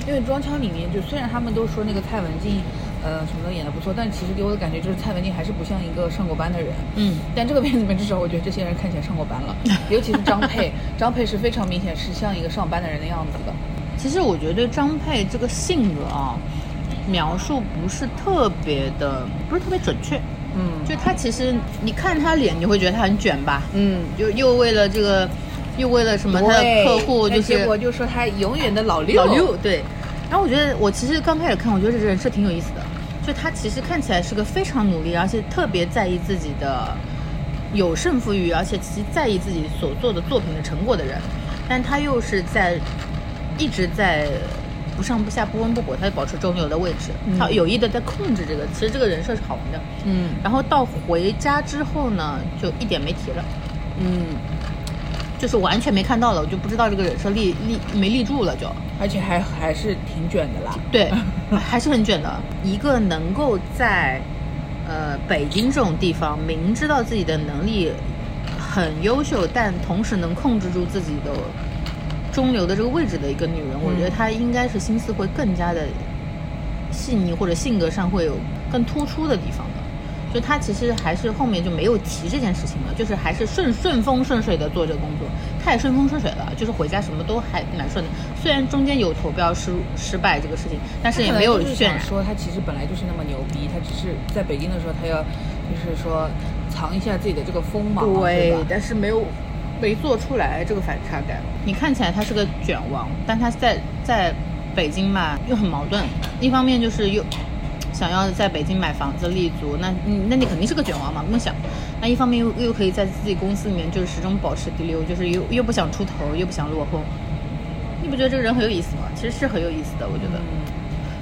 因为装腔里面就虽然他们都说那个蔡文静，呃什么都演得不错，但其实给我的感觉就是蔡文静还是不像一个上过班的人。
嗯，
但这个片子里面，至少我觉得这些人看起来上过班了，尤其是张佩，张佩是非常明显是像一个上班的人的样子的。
其实我觉得对张佩这个性格啊，描述不是特别的，不是特别准确。
嗯
就她其实你看她脸，你会觉得她很卷吧？
嗯，
又又为了这个，又为了什么他的客户
但
就
结
是
果就说他永远的老六，
老六对。然后我觉得我其实刚开始看，我觉得这人是挺有意思的，就他其实看起来是个非常努力，而且特别在意自己的有胜负欲，而且极在意自己所做的作品的成果的人，但他又是在一直在不上不下、不温不火，他保持中流的位置，他有意的在控制这个。其实这个人设是好玩的。
嗯
然后到回家之后呢，就一点没提了，
嗯，
就是完全没看到了，我就不知道这个人设立立没立住了就。
而且还还是挺卷的啦。
对， [laughs] 还是很卷的。一个能够在呃北京这种地方，明知道自己的能力很优秀，但同时能控制住自己的中流的这个位置的一个女人，我觉得她应该是心思会更加的细腻，或者性格上会有更突出的地方的。就她其实还是后面就没有提这件事情了，就是还是顺顺风顺水的做这个工作，她也顺风顺水了，就是回家什么都还蛮顺的。虽然中间有投标失失败这个事情，但是也没
他
有
可能就是
渲染
想。说他其实本来就是那么牛逼，他只是在北京的时候，他要就是说藏一下自己的这个锋芒嘛，对
对
吧，？
但是没有没做出来这个反差感。你看起来他是个卷王，但他在在北京嘛又很矛盾，一方面就是又想要在北京买房子立足，那你那你肯定是个卷王嘛，梦想。那一方面又又可以在自己公司里面就是始终保持第六，就是又又不想出头，又不想落后。你不觉得这个人很有意思吗？其实是很有意思的，我觉
嗯
得。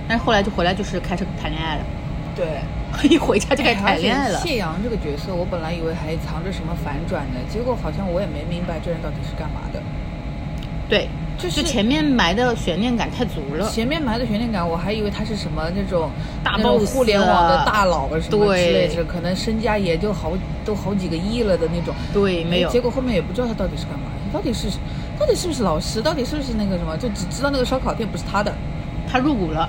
但是后来就回来就是开始谈恋爱了， [laughs]
对。哎
一回家就开始
而
谈
且
恋爱了。
谢阳这个角色，我本来以为还藏着什么反转呢，结果好像我也没明白这人到底是干嘛的。
对，
就是
就前面埋的悬念感太足了。
前面埋的悬念感，我还以为他是什么那种
大
那种
boss
互联网的大佬啊什么之类
对
的，可能身家也就好都好几个亿了的那种。
对，没有。
哎结果后面也不知道他到底是干嘛，他到底是到底是不是老师，到底是不是那个什么，就只知道那个烧烤店不是他的。
他入股了，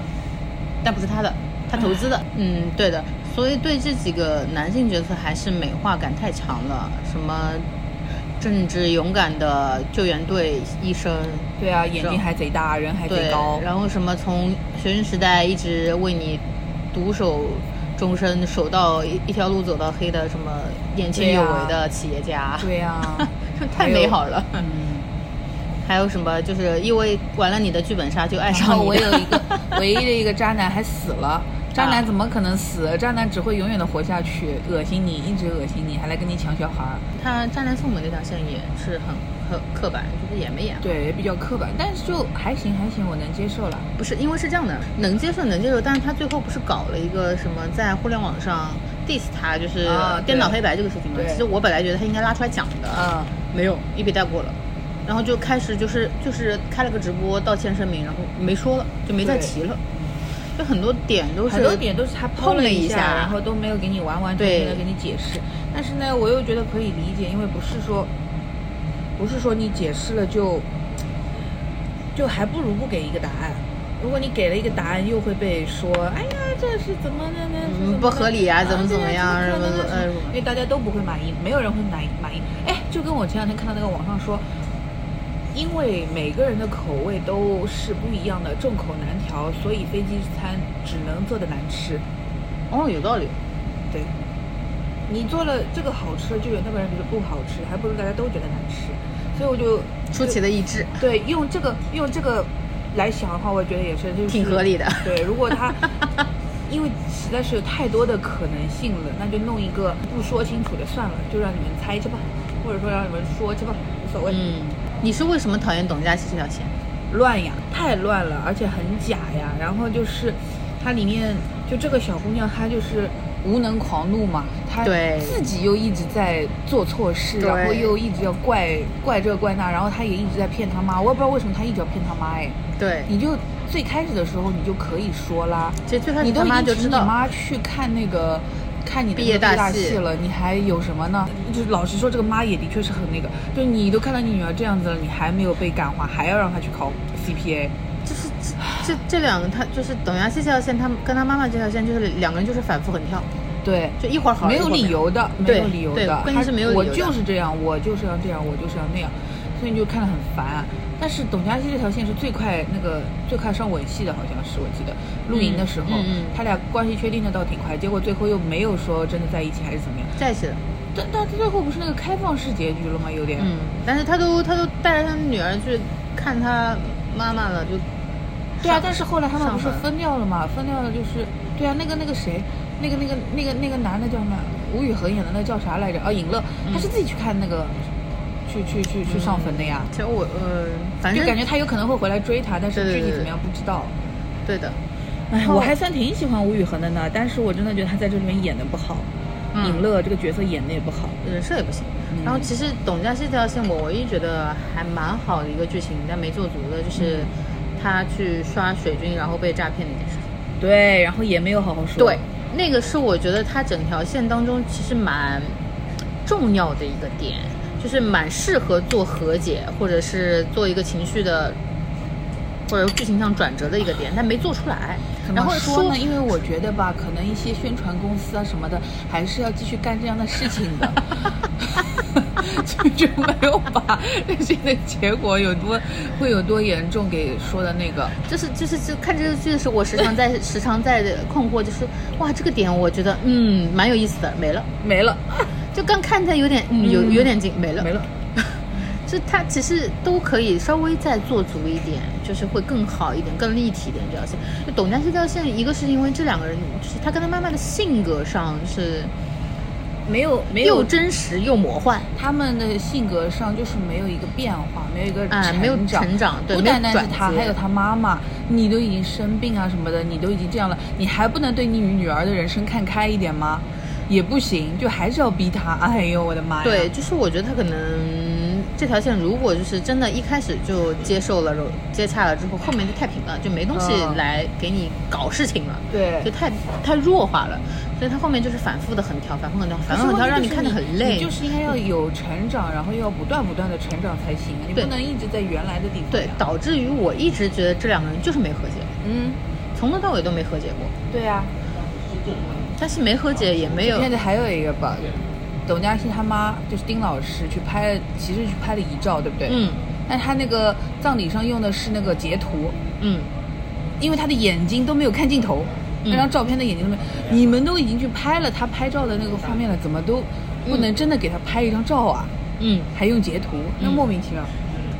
但不是他的，他投资的。
啊
嗯，对的。所以对这几个男性角色还是美化感太强了，什么正直勇敢的救援队医生，
对啊，眼
是
睛还贼大，人还
对
贼高，，
然后什么从学生时代一直为你独守终身，守到一一条路走到黑的什么年轻
对
有
呀
为的企业家，
对啊，
[laughs]
[laughs]
太美好了。
嗯。
还有什么？就是因为玩了你的剧本杀就爱
然
上
后啊
你的。
我有一个 [laughs] 唯一的一个渣男还死了，渣男怎么可能死？渣男只会永远的活下去，恶心你，一直恶心你，还来跟你抢小孩儿，
他渣男父母那条线也是很很刻板，就是演没演。
对，也比较刻板，但是就还行还行，我能接受了。
不是，因为是这样的，能接受能接受，但是他最后不是搞了一个什么在互联网上 diss 他，就是
啊对
颠倒黑白这个事情嘛。
对
其实我本来觉得他应该拉出来讲的，
嗯，
没有，一笔带过了。然后就开始就是就是开了个直播道歉声明，然后没说了，就没再
对
提了。就很多点都是
很多点都是他
碰
碰
了
了
一
一
下
下，然后都没有给你完完全全的
对
给你解释。但是呢，我又觉得可以理解，因为不是说，不是说你解释了就，就还不如不给一个答案。如果你给了一个答案，又会被说，哎呀，这是怎么的呢？
嗯
是怎么的
不合理啊怎么怎么样
啊对啊怎么可能
什么呃
啊？什么因为大家都不会满意，没有人会满意满意。哎，就跟我前两天看到那个网上说，因为每个人的口味都是不一样的，众口难调，所以飞机餐只能做的难吃。
哦，有道理。
对，你做了这个好吃，就有那个人觉得不好吃，还不如大家都觉得难吃。所以我就
出奇的一致，
对用这个用这个来想的话，我觉得也是就是
挺合理的
对，如果
[laughs]
他因为实在是有太多的可能性了，那就弄一个不说清楚的算了，就让你们猜去吧，或者说让你们说去吧，无所谓。
嗯，你是为什么讨厌董佳琪这条线？
乱呀，太乱了，而且很假呀。然后就是，它里面就这个小姑娘，她就是无能狂怒嘛，她
对
自己又一直在做错事，
对
然后又一直要怪怪这怪那，然后她也一直在骗她妈。我也不知道为什么她一直要骗她妈哎。
对，
你就最开始的时候你就可以说啦，
其实最开始
你都
他
已
妈
经
就
请
知
你
道
妈去看那个。看你的
毕业
那个
大戏
戏了，你还有什么呢？就是老实说，这个妈也的确是很那个，就是你都看到你女儿这样子了，你还没有被感化，还要让她去考 CPA，
就是这这这两个，他就是董佳琪这条线，他跟他妈妈这条线，就是两个人就是反复横跳，
对，
就一会儿好
没有理，由的，没
对
有理由
对
的，
关键是没有理由
我
的
就是这样，我就是要这样，我就是要那样，所以你就看得很烦。但是董佳琪这条线是最快那个最快上吻戏的，好像是我记得露营的时候，
嗯嗯嗯
他俩关系确定的倒挺快，结果最后又没有说真的在一起还是怎么样。
一会儿没有在一起的，
但但最后不是那个开放式结局了吗？有点，
嗯，但是他都他都带着他女儿去看他妈妈了，就
对啊。但是后来他们不是
上门
分掉了嘛？分掉了就是对啊，那个那个谁，那个那个那个那个男的叫什么？吴宇恒演的那个叫啥来着？啊，尹乐，他是自己去看那个，去去去去上坟的呀。
其实我呃，反
就
正
感觉他有可能会回来追他，但是
对对
具体
对
怎么样不知道。
对的，
哎，我还算挺喜欢吴宇恒的呢，但是我真的觉得他在这里面演的不好，
嗯
尹乐这个角色演的也不好。
人设也不行。
嗯
然后其实董佳熙这条线我唯一觉得还蛮好的一个剧情，但没做足的就是
嗯
他去刷水军然后被诈骗那件事情。
对，然后也没有好好说。
对，那个是我觉得他整条线当中其实蛮重要的一个点，就是蛮适合做和解或者是做一个情绪的或者剧情上转折的一个点，但没做出来。
怎
然
么
后
说呢？因为我觉得吧，可能一些宣传公司啊什么的，还是要继续干这样的事情 [laughs] 的。就就没有把这些的结果有多会有多严重给说的那个，
就是就是就看这个剧的时候，我时常
[laughs]
在时常在困惑，就是哇，这个点我觉得嗯蛮有意思的，没了。
没了，
就刚看着有点嗯有有点紧，没了
没了。
就它其实都可以稍微再做足一点，就是会更好一点，更立体一点这条线。就董佳熙这条线，一个是因为这两个人，就是他跟他妈妈的性格上是
没有没
又
有，
真实又魔幻，
他们的性格上就是没有一个变化，没有一个成
哎没有
长，
成长对
不
没有
单单是
转
他，
折
还有他妈妈，你都已经生病啊什么的，你都已经这样了，你还不能对你女儿的人生看开一点吗？也不行，就还是要逼他。哎呦，我的妈呀！
对，就是我觉得他可能这条线如果就是真的一开始就接受了接洽了之后，后面就太平了，就没东西
嗯
来给你搞事情了。
对
就太太弱化了，所以他后面就是反复的横跳，反复横跳，反复横跳，让你看得很累。
你就是应该要有成长，然后要不断不断的成长才行啊，你
对
不能一直在原来的地方。
对，，导致于我一直觉得这两个人就是没和解，
嗯，
从头到尾都没和解过。
对啊。
但是没和解也没有
现在还有一个吧，董佳欣他妈就是丁老师去拍了，其实去拍了遗照，对不对？
嗯。
但他那个葬礼上用的是那个截图，
嗯，
因为他的眼睛都没有看镜头，那张照片的眼睛都没有。你们都已经去拍了他拍照的那个画面了，怎么都不能真的给他拍一张照啊？
嗯，
还用截图，那莫名其妙。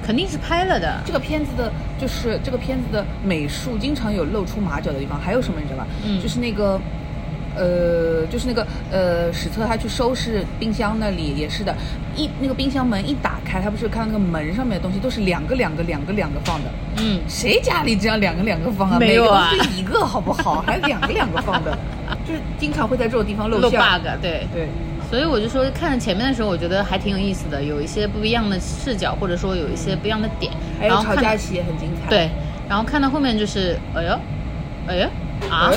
肯定是拍了的。
这个片子的，就是这个片子的美术经常有露出马脚的地方，还有什么你知道吧？
嗯
就是那个，呃，就是那个呃，史册他去收拾冰箱那里也是的，一那个冰箱门一打开，他不是看那个门上面的东西都是两个两个两个两个放的，
嗯，
谁家里这样两个两个放啊？
没有啊
每个就一个好不好？还两个两个放
[laughs]
的，就是经常会在这种地方露
漏
馅儿
bug 对，
对，
所以我就说看前面的时候，我觉得还挺有意思的，有一些不一样的视角，或者说有一些不一样的点。
嗯还有
然后
吵
看
架戏也很精彩。
对，然后看到后面就是，哎呦，哎呀，啊，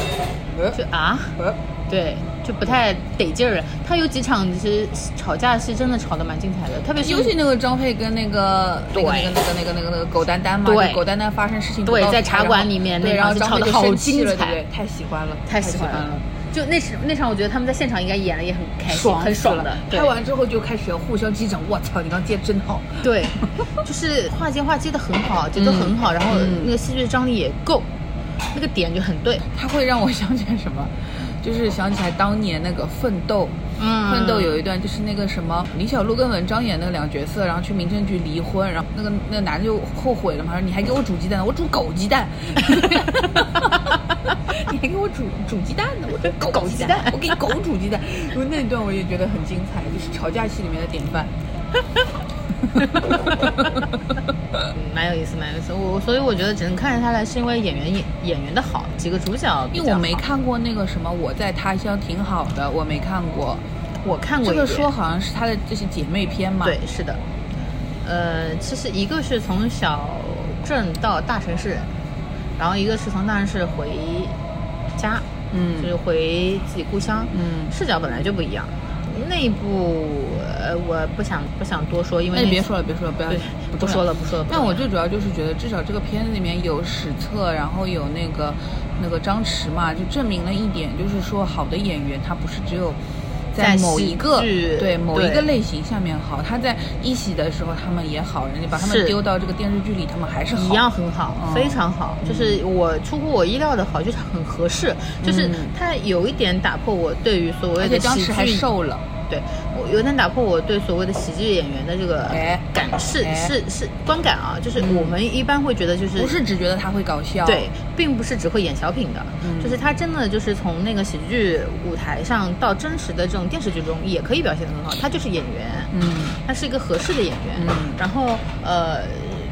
呃，
就啊，
呃呃
对，就不太得劲儿了。他有几场其实吵架是真的吵得蛮精彩的，特别是
尤其那个张佩跟那个那
对
个那个那个那个那个那个狗丹丹嘛，
对
就狗丹丹发生事情
对
不告诉
在
他
茶
然后
馆里面
对，
那
然后
场
张
吵
佩
得
就
好
生气
精
了，对
彩
不对？太喜欢了，
太喜
喜
欢了。。就那场那场，我觉得他们在现场应该演的也很开心，
爽
很
死
爽
了
的。对
拍完之后就开始互相击掌，我操，你刚接真好，
对， [laughs] 就是话接话接的很好，节奏很好，然后
嗯
那个戏剧张力也够，那个点就很对。
它会让我想起来什么？就是想起来当年那个《奋斗》，
嗯
奋斗有一段就是那个什么李小璐跟文章演那两个角色，然后去民政局离婚，然后那个那个男的就后悔了嘛，说你还给我煮鸡蛋，我煮狗鸡 [laughs] 蛋，你还给我煮煮鸡蛋呢，我煮狗鸡蛋，我给狗煮鸡蛋，因为那一段我也觉得很精彩，就是吵架戏里面的典范。
蛮有意思，蛮有意思。我所以我觉得只能看下来，是因为演员演演员的好，几个主角比
因
较好。
为我没看过那个什么《我在他乡挺好的》，我没看过。
我看
这
过一
个
遍
说好像是他的这些姐妹篇嘛，
对，是的。呃，其实一个是从小镇到大城市，然后一个是从大城市回家，
嗯
就是回自己故乡，
嗯
视角本来就不一样。内部呃，我不想不想多说，因为
那你别
次
说了，别说了，不要
对，不
重要
说了，不说了。不
但
说
我
了
最主要就是觉得，至少这个片子里面有史册，然后有那个那个张弛嘛，就证明了一点，就是说好的演员他不是只有
在
某
喜
一个
剧
对某一
对
个类型下面好，他在一喜的时候他们也好，人家把他们
是
丢到这个电视剧里，他们还是好
一样很好，
嗯
非常好，就是我出乎我意料的好，就是很合适，就是
嗯
它有一点打破我对于所谓
而
的
且张
喜
弛还
剧
瘦了，
对我有点打破我对所谓的喜剧演员的这个
哎
感是
哎
是是观感啊，就是
嗯
我们一般会觉得就是
不是只觉得他会搞笑，
对，并不是只会演小品的，
嗯
就是他真的就是从那个喜剧舞台上到真实的这种电视剧中也可以表现得很好，他就是演员，
嗯
他是一个合适的演员。
嗯
然后呃，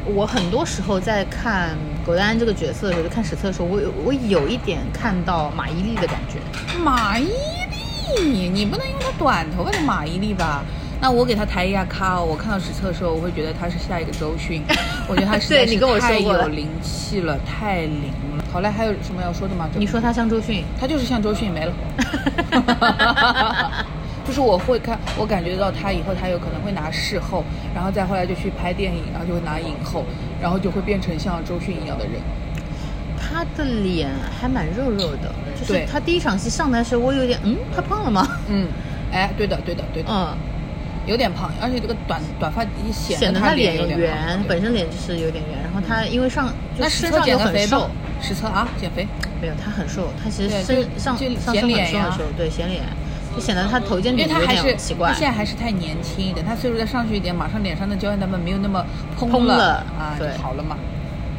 我很多时候在看葛丹这个角色的时候，就看史册的时候，我有我有一点看到马伊琍的感觉。
马伊琍，你不能用她短头发的马伊琍吧？那我给她抬一下咖哦。我看到实测的时候，我会觉得她是下一个周迅，
[laughs]
我觉得她实在
对你
是
跟我说
太
过了
有灵气了，太灵了。好嘞，还有什么要说的吗？
你说他像周迅，
她就是像周迅没
[laughs]
了。就是我会看，我感觉到她以后，她有可能会拿视后，然后再后来就去拍电影，然后就会拿影后，然后就会变成像周迅一样的人。
他的脸还蛮肉肉的，就是
对
他第一场戏上台的时候，我有点嗯，他胖
[laughs]
了吗？
嗯，哎，对的，对的，对的。
嗯，
有点胖，而且这个短短发也
显
显
得
他
他
有点
圆，
胖。
本
对
身脸就是有点圆，然后他因为上就
那实
身
测
上
减
又
个
很
肥
瘦
吧，，实测啊，减肥。
没有他很瘦，他其实
对
身
就
上
就
上身
显
很
脸
瘦很
呀
瘦，对显脸，就显得他头肩
因为
顶
他
有
还是
点奇怪
他现。在还是太年轻一点，他岁数再上去一点，马上脸上的胶原蛋白没有那么嘭
嘭了
啊，就
对
好了嘛。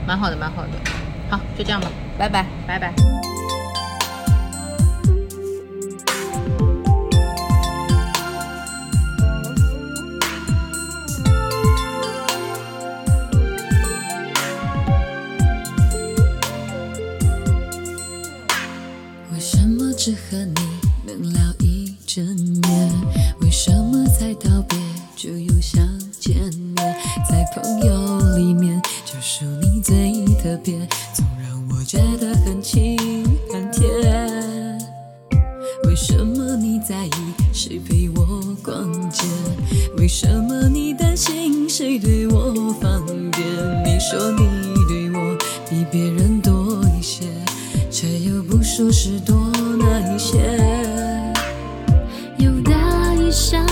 蛮好的，蛮好的。好，就这样吧，
拜拜。
拜拜。
为什么只和你能聊一整夜？为什么才道别就又想见面？在朋友里面，就属你最特别，总让我觉得很亲很甜。为什么你在意谁陪我逛街？为什么你担心谁对我放电？你说你对我比别人多一些，却又不说是多哪一些。有大衣衫，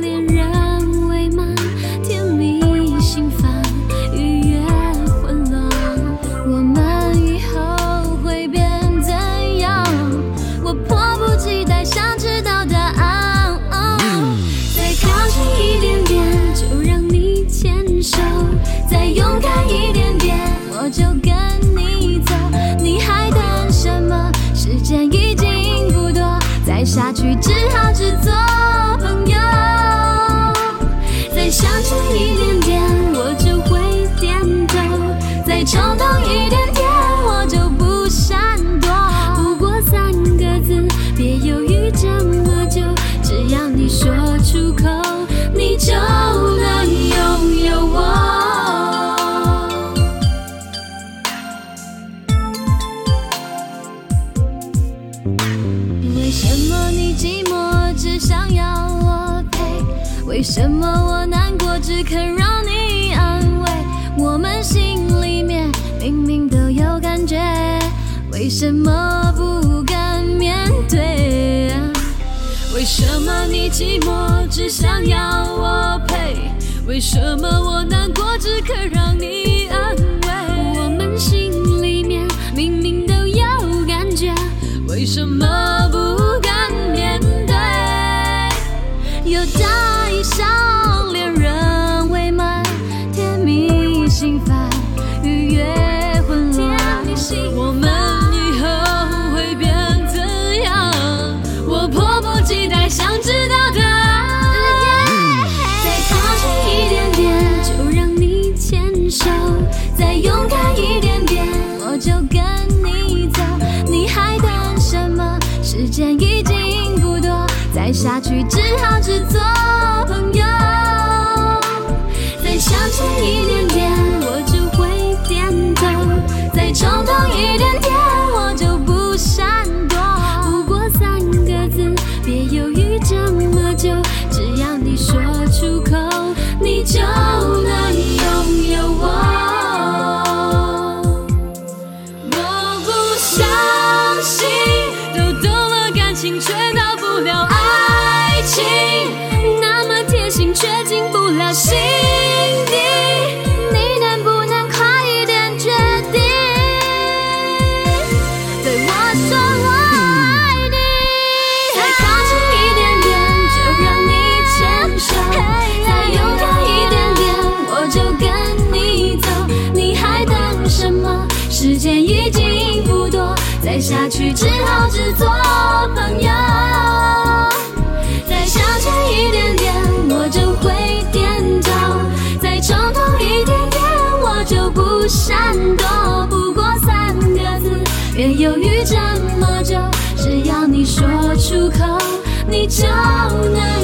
恋人未满，甜蜜心烦，愉悦混乱。我们以后会变怎样？我迫不及待想知道答案。哦再靠近一点点，就让你牵手；再勇敢一点点，我就跟你走。你还等什么？时间已经不多，再下去只好只做朋友。再相信一点点，我就会点头；再冲动一点点，我就不闪躲。不过三个字，别犹豫这么久，只要你说出口，你就能拥有我。为什么你寂寞只想要我陪？为什么我难过只肯让你安慰？我们心里面明明都有感觉，为什么不敢面对？啊为什么你寂寞只想要我陪？为什么我难过只肯让你安慰？我们心里面明明都有感觉，为什么不敢面对？有大衣裳，恋人未满，甜蜜心烦，愉悦混乱。我们以后会变怎样？我迫不及待想知道答案。再靠近一点点，就让你牵手；再勇敢一点点，我就跟你走。你还等什么？时间已经不多，再下去只好只做朋友。再相信一点点，我就会点头；再冲动一点点，我就不闪躲。不过三个字，别犹豫这么久，只要你说出口，你就能拥有我。我不相信，都懂了感情，却到不了爱情。那么贴心，却进不了心底。你能不能快一点决定，对我说我爱你？再靠近一点点，就让你难。